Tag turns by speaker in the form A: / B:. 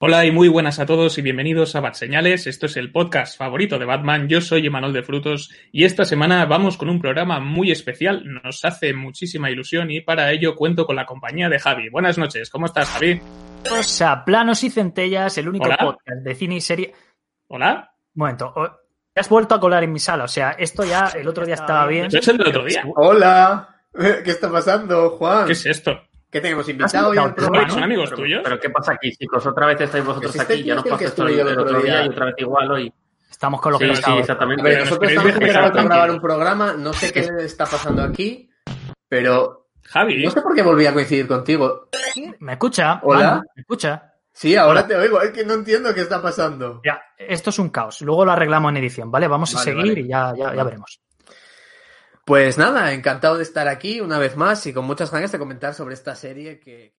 A: Hola y muy buenas a todos y bienvenidos a Bat Señales. Esto es el podcast favorito de Batman. Yo soy Emanuel de Frutos y esta semana vamos con un programa muy especial. Nos hace muchísima ilusión y para ello cuento con la compañía de Javi. Buenas noches, ¿cómo estás, Javi?
B: a Planos y Centellas, el único
A: ¿Hola?
B: podcast de cine y serie.
A: Hola.
B: Un momento, o- te has vuelto a colar en mi sala, o sea, esto ya el otro día estaba bien.
A: ¿Eso es el del otro día?
C: Hola, ¿qué está pasando, Juan?
A: ¿Qué es esto?
C: ¿Qué tenemos invitado
B: Has
C: hoy al
B: invitado,
C: programa?
B: ¿no?
A: ¿Son amigos
D: Pero-
A: tuyos?
D: Pero ¿qué pasa aquí, chicos? Otra vez estáis vosotros
C: Existe
D: aquí.
C: el
D: Ya nos
C: tío
D: pasó
C: que
D: esto el,
C: estuvo yo el
D: otro
C: otro
D: día
C: día.
D: y otra vez igual hoy.
B: Estamos con los
D: Sí, sí,
B: pesados.
C: A
D: exactamente.
C: ver,
A: Pero nos
C: nosotros
A: queréis
C: estamos
A: dejar
C: empezando a
A: tranquilos.
C: grabar un programa, no sé qué está pasando aquí, pero
A: Javi,
C: no sé por qué volví a coincidir contigo.
B: ¿Me escucha?
C: Hola.
B: Manu, ¿Me escucha?
C: Sí, ahora te oigo, es que no entiendo qué está pasando.
B: Ya, esto es un caos. Luego lo arreglamos en edición, ¿vale? Vamos a
C: Vale,
B: seguir
C: vale.
B: y ya, ya, ya veremos.
C: Pues nada, encantado de estar aquí una vez más y con muchas ganas de comentar sobre esta serie que